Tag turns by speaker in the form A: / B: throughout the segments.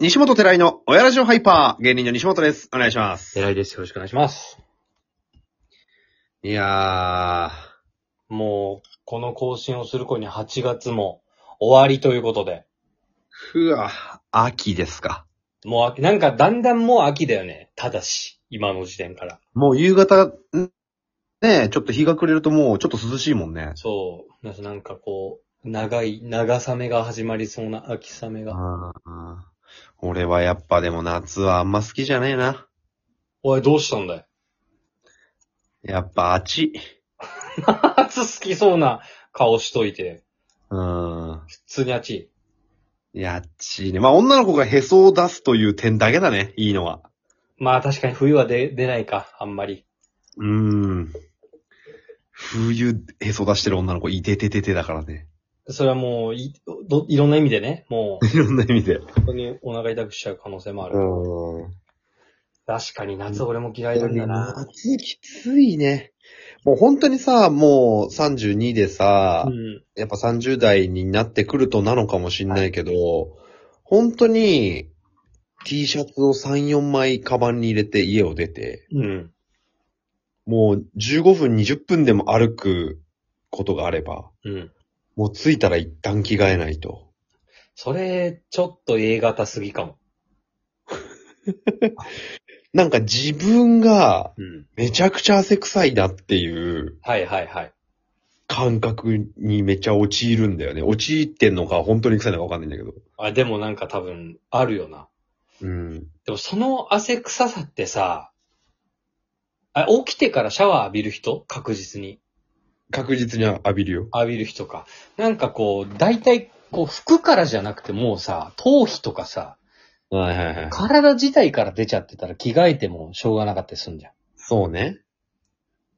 A: 西本寺井の親ラジオハイパー、芸人の西本です。お願いします。
B: 偉いです。よろしくお願いします。
A: いや
B: もう、この更新をする頃に8月も終わりということで。
A: ー、ふわ、秋ですか。
B: もう秋、なんかだんだんもう秋だよね。ただし、今の時点から。
A: もう夕方、んねえ、ちょっと日が暮れるともうちょっと涼しいもんね。
B: そう。なんかなんかこう、長い、長雨が始まりそうな秋雨が。
A: あー俺はやっぱでも夏はあんま好きじゃねえな。
B: おい、どうしたんだよ。
A: やっぱ暑い。
B: 暑好きそうな顔しといて。
A: うん。
B: 普通に暑い。
A: いや、暑いね。まあ女の子がへそを出すという点だけだね、いいのは。
B: まあ確かに冬は出、出ないか、あんまり。
A: うーん。冬、へそ出してる女の子、いててててだからね。
B: それはもう、い、ど、いろんな意味でね、もう、
A: いろんな意味で。
B: 本当にお腹痛くしちゃう可能性もある。
A: ん。
B: 確かに夏俺も嫌いなんだな。
A: 夏きついね。もう本当にさ、もう32でさ、
B: うん。
A: やっぱ30代になってくるとなのかもしんないけど、本当に T シャツを3、4枚カバンに入れて家を出て、
B: うん。
A: もう15分、20分でも歩くことがあれば、
B: うん。
A: もう着いたら一旦着替えないと。
B: それ、ちょっと A 型すぎかも。
A: なんか自分が
B: うん。
A: めちゃくちゃ汗臭いなっていう
B: はいはいはい。
A: 感覚にめちゃ陥るんだよね。陥ってんのか本当に臭いのかわかんないんだけど。
B: あ、でもなんか多分、あるよな。
A: うん。
B: でもその汗臭さってさ、あ、起きてからシャワー浴びる人確実に。
A: 確実に浴びるよ。
B: 浴びる人か。なんかこう、大体、こう、服からじゃなくてもうさ、頭皮とかさ、
A: はいはいはい。
B: 体自体から出ちゃってたら着替えてもしょうがなかったりすんじゃん。
A: そうね。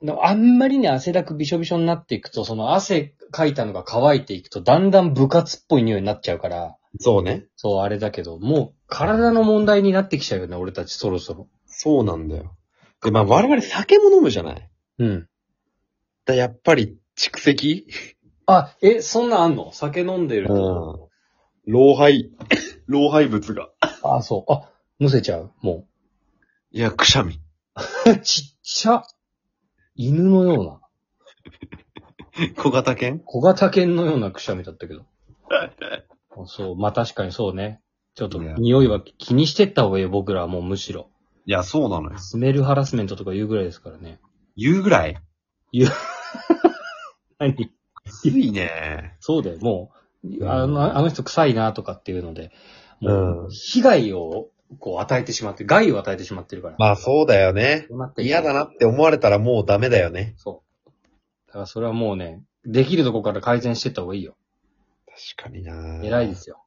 B: でもあんまりね、汗だくびしょびしょになっていくと、その汗かいたのが乾いていくと、だんだん部活っぽい匂いになっちゃうから、
A: そうね。
B: そう、あれだけど、もう体の問題になってきちゃうよね、俺たちそろそろ。
A: そうなんだよ。で、まあ我々酒も飲むじゃない。
B: うん。
A: だやっぱり蓄積
B: あ、え、そんなんあんの酒飲んでると。
A: 老廃、 老廃物が。
B: あ、そう。あ、むせちゃう、も
A: いや、くしゃみ。
B: う。ちっちゃ。犬のような。
A: 小型犬
B: 小型犬のようなくしゃみだったけ ど。そう、まあ確かにそうね。ちょっと
A: いや
B: 匂いは気にしてった方がいいよ、僕らはもうむしろ。
A: いや、そうなのよ。
B: スメルハラスメントとか言うぐらいですからね。
A: 言うぐらい。
B: 何
A: きついね。
B: そうだよ、も
A: う
B: う、
A: ん
B: あの、あの人臭いなとかっていうので、も
A: うん
B: う、被害を、こう、与えてしまって、害を与えてしまってるから。
A: まあそうだよね。
B: そうなってくる
A: 嫌だなって思われたらもうダメだよね。
B: そう。だからそれはもうね、できるとこから改善してった方がいいよ。
A: 確かにな
B: 偉いで。すよ。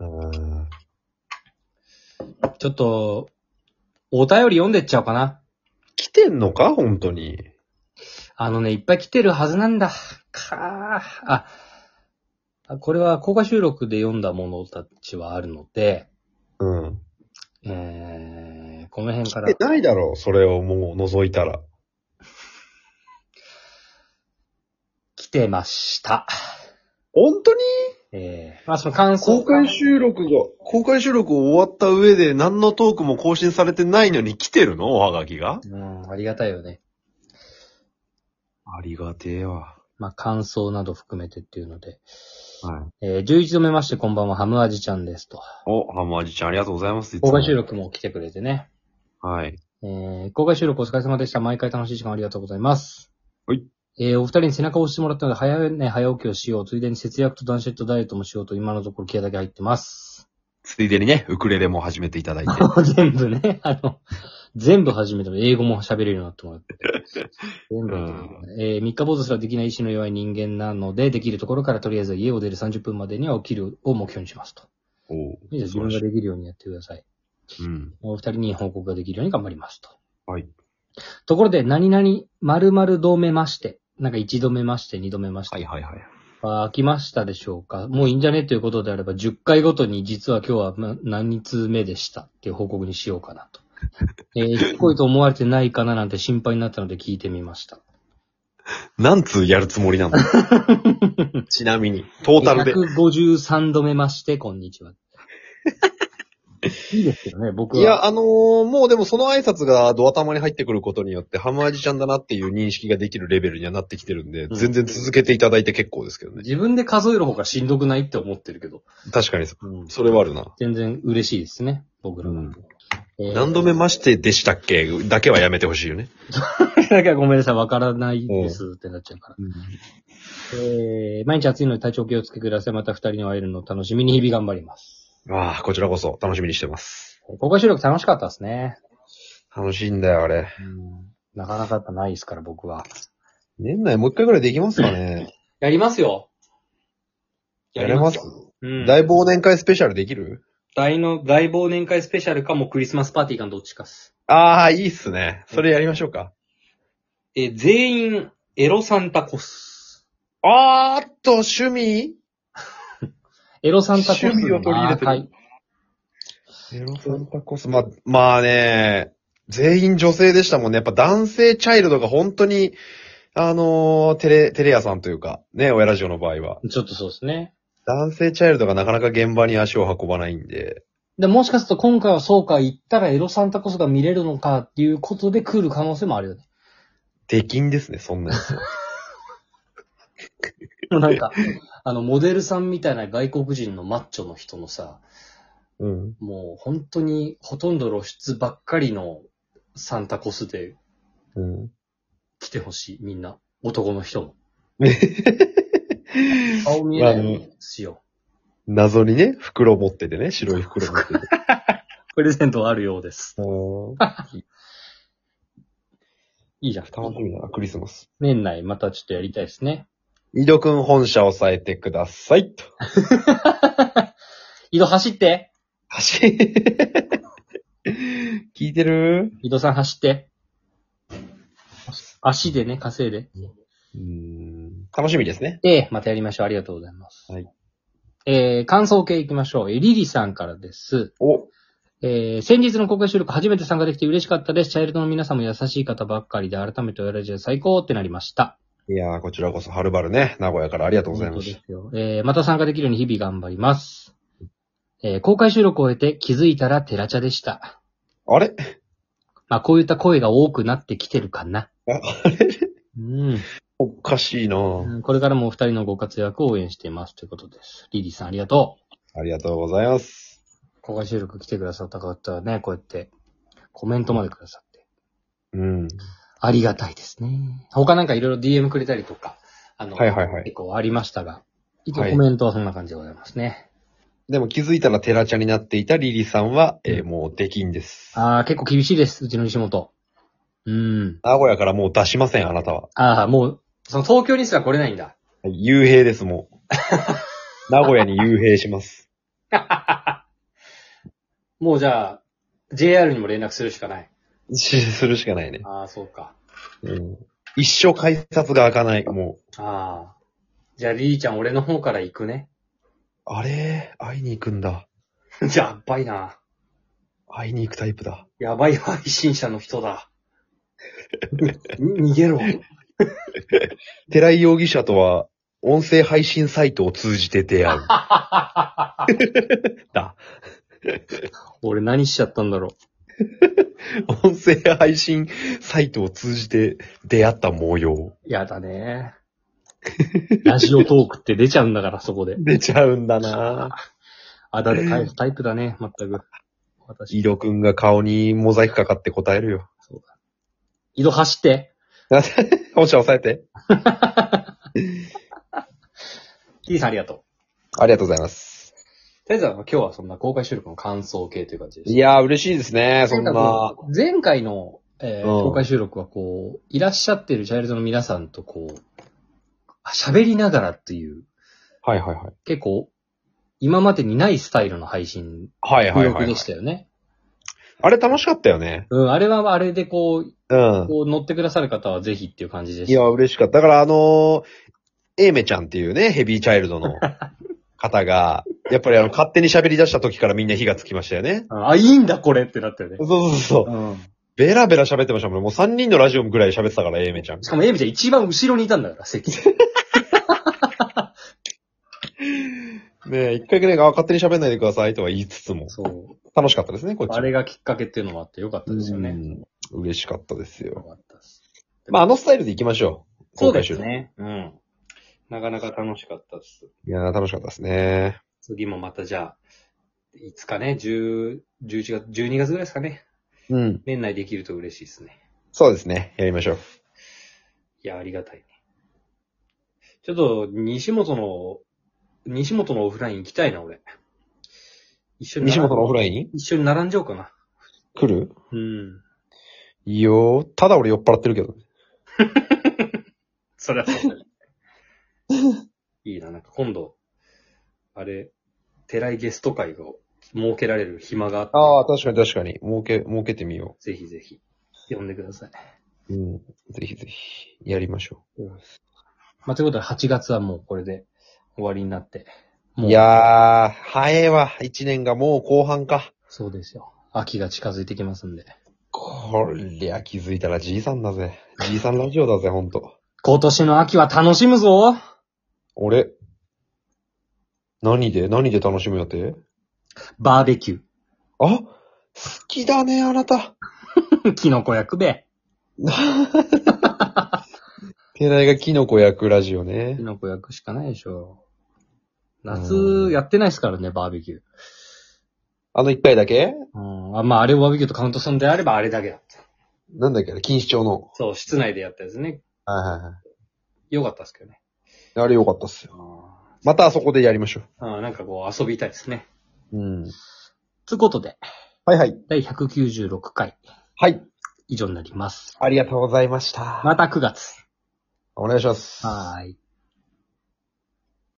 A: うん。
B: ちょっと、お便り読んでっちゃおうかな。
A: 来てんのか本当に。
B: あのね、いっぱい来てるはずなんだ。かーあ。あこれは公開収録で読んだものたちはあるので、
A: うん。
B: えー、この辺か
A: 来
B: ら
A: て。ないだろう、それをもう覗いたら。
B: 来てました。
A: 本当に
B: えー、まあその感想。
A: 公開収録が、公開収録終わった上で何のトークも更新されてないのに来てるのおはがきが
B: うん、ありがたいよね。
A: ありがてえわ。
B: まあ、感想など含めてっていうので。
A: はい。
B: えー、11度目ましてこんばんは、ハムアジちゃんですと。
A: お、ハマジちゃんありがとうございます。いつも
B: 公開収。録も来てくれてね。
A: はい。
B: えー、公開収録お疲れ様でした。毎回楽しい時間ありがとうございます。
A: はい。
B: えー、お二人に背中を押してもらったので、早寝早起きをしよう。ついでに節約と断食とダイエットもしようと、今のところ気合だけ入ってます。
A: ついでにね、ウクレレも始めていただいて。
B: 全部ね、あの、全部始めても、英語も喋れるようになってもらって。全部やってもらって、えー、三日坊主すらできない意志の弱い人間なので、できるところからとりあえず家を出る30分までには起きるを目標にしますと。
A: おう
B: 自分ができるようにやってください。
A: うん。
B: お二人に報告ができるように頑張りますと。
A: はい。
B: ところで、何々、〇〇同めまして、なんか一度目まして、二度目まして、
A: はいはいはい。
B: あー来ましたでしょうかもういいんじゃねということであれば、10回ごとに実は今日はま何通目でしたっていう報告にしようかな と。えー、しつこいと思われてないかななんて心配になったので聞いてみました。
A: 何通やるつもりなん だちなみに、トータルで。
B: 153度目まして、こんにちは。いいですけどね、僕
A: い
B: は。
A: や、あのーもうでもその挨拶がドア玉に入ってくることによって、ハムアジちゃんだなっていう認識ができるレベルにはなってきてるんで、
B: うん
A: 全然続けていただいて結構ですけどね。
B: 自分で数える方がしんどくないって思ってるけど。
A: 確かに、
B: うん
A: それはあるな。
B: 全然嬉しいですね、僕らが。
A: うん
B: えー
A: 何度目ましてでしたっけだけはやめてほしいよね。
B: だから ごめんなさい、わからないですってなっちゃうから。えー、毎日暑いので体調お気をつけください。また二人に会えるのを楽しみに日々頑張ります。
A: ああ、こちらこそ楽しみにしてます。
B: 公開収録楽しかったですね。
A: 楽しいんだよ、あれ。
B: うんなかなかやっぱないですから、僕は。
A: 年内もう一回ぐらいできますかね
B: やりますよ。
A: やれます
B: よ。うん。
A: 大忘年会スペシャルできる
B: 大の、大忘年会スペシャルかもクリスマスパーティーかのどっちかっす。
A: ああ、いいっすね。それやりましょうか。
B: えー全員、エロサンタコス。
A: あーっと、趣味
B: エロサンタコスの
A: 趣味を取り入れてる
B: アーカイ
A: エロサンタコス。ま、まあね、全員女性でしたもんね。やっぱ男性チャイルドが本当に、あのーテレ、テレ屋さんというか、ね、親ラジオの場合は。
B: ブちょっとそうですね。
A: 男性チャイルドがなかなか現場に足を運ばないんで。
B: で、もしかすると今回はそうか、行ったらエロサンタコスが見れるのかっていうことで来る可能性もあるよね。
A: 出禁ですね、そんなやつは。
B: もう なんか、あの、モデルさんみたいな外国人のマッチョの人のさ、
A: うん。
B: もう本当にほとんど露出ばっかりのサンタコスで
A: うん。
B: 来てほしい、みんな。男の人も。
A: ね
B: 顔見えないようにしよ
A: 謎にね、袋持っててね、白い袋持ってて。
B: う。プレゼントがあるようです。
A: うん
B: いいじゃん。
A: 楽しみだな、クリスマス。
B: 年内またちょっとやりたいですね。
A: 井戸くん本社押さえてください。と
B: 井戸走って
A: 走り聞いてる
B: 井戸さん走って。足でね、稼いで。
A: うん楽しみですね。
B: で、またやりましょう。ありがとうございます。
A: はい。
B: えー、感想系いきましょう。えー、リリさんからです。
A: お、
B: えー、先日の公開収録初めて参加できて嬉しかったです。チャイルドの皆さんも優しい方ばっかりで、改めて親ラジオ最高ってなりました。
A: いやー、こちらこそ、はるばるね、名古屋からありがとうございま
B: 本
A: し
B: 当ですよ。えー、また参加できるように日々頑張ります。えー、公開収録を終えて気づいたらテラチャでした。
A: た。あれ
B: まあ、こういった声が多くなってきてるかな。
A: ああれ
B: うん。
A: おかしいなぁ
B: うんこれからもお二人のご活躍を応援しています。ということです。リリーさんありがとう。
A: ありがとうございます。
B: 公開収録来てくださった方はね、こうやってコメントまでくださって。
A: うん。
B: ありがたいですね。他なんかいろいろ DM くれたりとか、あの、
A: はいはいはい。
B: 結構ありましたが、いつも
A: はい
B: コメントはそんな感じでございますね。
A: でも気づいたらテラチャになっていたリリさんは、えーもう出禁です。
B: ああ、結構厳しいです、うちの西本。うん。
A: 名古屋からもう出しません、あなたは。
B: ああ、もう、その東京にすら来れないんだ。
A: はい幽閉です、も う。名古屋に幽閉します。
B: もうじゃあ、JR にも連絡するしかない。
A: しするしかないね。
B: ああ、そうか。
A: うん、一生改札が開かない、もう。
B: ああ。じゃあ、リリーちゃん、俺の方から行くね。
A: あれ会いに行くんだ。
B: じゃあ、やばいな。
A: 会いに行くタイプだ。
B: やばい配信者の人だ。 に逃げろ。
A: 寺井容疑者とは、音声配信サイトを通じて出 会う。だ。
B: 俺何しちゃったんだろ
A: 音声配信サイトを通じて出会った模様。
B: う。やだね。 ラジオトークって出ちゃうんだから、そこで。
A: 出ちゃうんだな
B: あだで返すタイプだね、まったく。私。
A: 井戸くんが顔にモザイクかかって答えるよ。
B: 井戸走って。
A: 本社押さえて。
B: T さんありがとう。
A: ありがとうございます。
B: とりあえずは今日はそんな公開収録の感想系という感じです。
A: いやー嬉しいですね、そん
B: なんか
A: な。
B: こう前回の、えー
A: うん
B: 公開収録はこう、いらっしゃってるチャイルドの皆さんとこう、喋りながらっていう、
A: はいはいはい。
B: 結構、今までにないスタイルの配信、
A: はいはいは
B: 魅力
A: い、は
B: で
A: い
B: し。たよね。
A: あれ楽しかったよね。
B: うん、あれはあれでこう、
A: うん。
B: こう乗ってくださる方はぜひっていう感じで
A: い
B: した。
A: や、嬉しかった。だからあのー、エイメちゃんっていうね、ヘビーチャイルドの方が、やっぱりあの、勝手に喋り出した時からみんな火がつきましたよね。
B: あ、いいんだこれってなったよね
A: そ。うそうそうそう。
B: うん。
A: ベラベラ喋ってましたもんね。もう3人のラジオぐらい喋ってたから、エイメちゃん。
B: しかもエイミちゃん一番後ろにいたんだから、席。
A: ねえ、一回ぐらいがあ勝手に喋んないでくださいとは言いつつも、
B: そう。
A: 楽しかったですね、 こっちも。
B: あれがきっかけっていうのもあってよかったですよね。
A: うん。嬉しかったです
B: よ
A: よ。
B: かったです。
A: まあ、あのスタイルで行きましょう。
B: そうです
A: 公開収録。
B: ね。うん。なかなか楽しかったです。
A: いやー、楽しかったですね。
B: 次もまたじゃあ、いつかね、10、11月、12月ぐらいですかね。
A: うん。
B: 年内できると嬉しいですね。
A: そうですね。やりましょう。
B: いや、ありがたいね。ちょっと、西本の、西本のオフライン行きたいな、俺。一緒に
A: 西
B: 並ん。
A: 本のオフラインに
B: 一緒に並んじゃおうかな。
A: 来る
B: うん。
A: いいよー。ただ俺酔っ払ってるけど。
B: そりゃ そうだね。いいな、なんか今度、あれ、寺井ゲスト会が設けられる暇があったら
A: ああ、確かに確かに。儲け、儲けてみよ
B: ぜひぜひ、呼んでください。
A: う。うん。ぜひぜひ。やりましょ
B: まあ、ということで、8月はもうこれで終わりになって。
A: う。
B: もう
A: いやー、早いわ。一年がもう後半か。
B: そうですよ。秋が近づいてきますんで。
A: こりゃ気づいたらじいさんだぜ。じいさんラジオだ ぜ、ほんと。
B: 今年の秋は楽しむぞ
A: 俺、何で、何で楽しむ予定
B: バーベキュ
A: あ好きだね、あなた。
B: ー。キノコ焼くべ。
A: 寺井がキノコ焼くラジオね
B: キ。ノコ焼くしかないでしょ。夏
A: うん
B: やってないですからね、バーベキュー。
A: あの一回だけ
B: うん。あ、まあ、あれをバーベキューとカウントするんであればあれだけだった。
A: なんだっけあれ錦糸町の。
B: そう、室内でやったやつね。
A: はいはいはい。
B: よかったですけどね。
A: あれよかったっすよ。
B: あ
A: またあそこでやりましょ
B: あ、なんかこう遊びたいですね。
A: う。うん。
B: ということで、
A: はいはい。
B: 第196回
A: はい。
B: 以上になります。
A: ありがとうございました。
B: また9月。
A: お願いします。
B: はーい。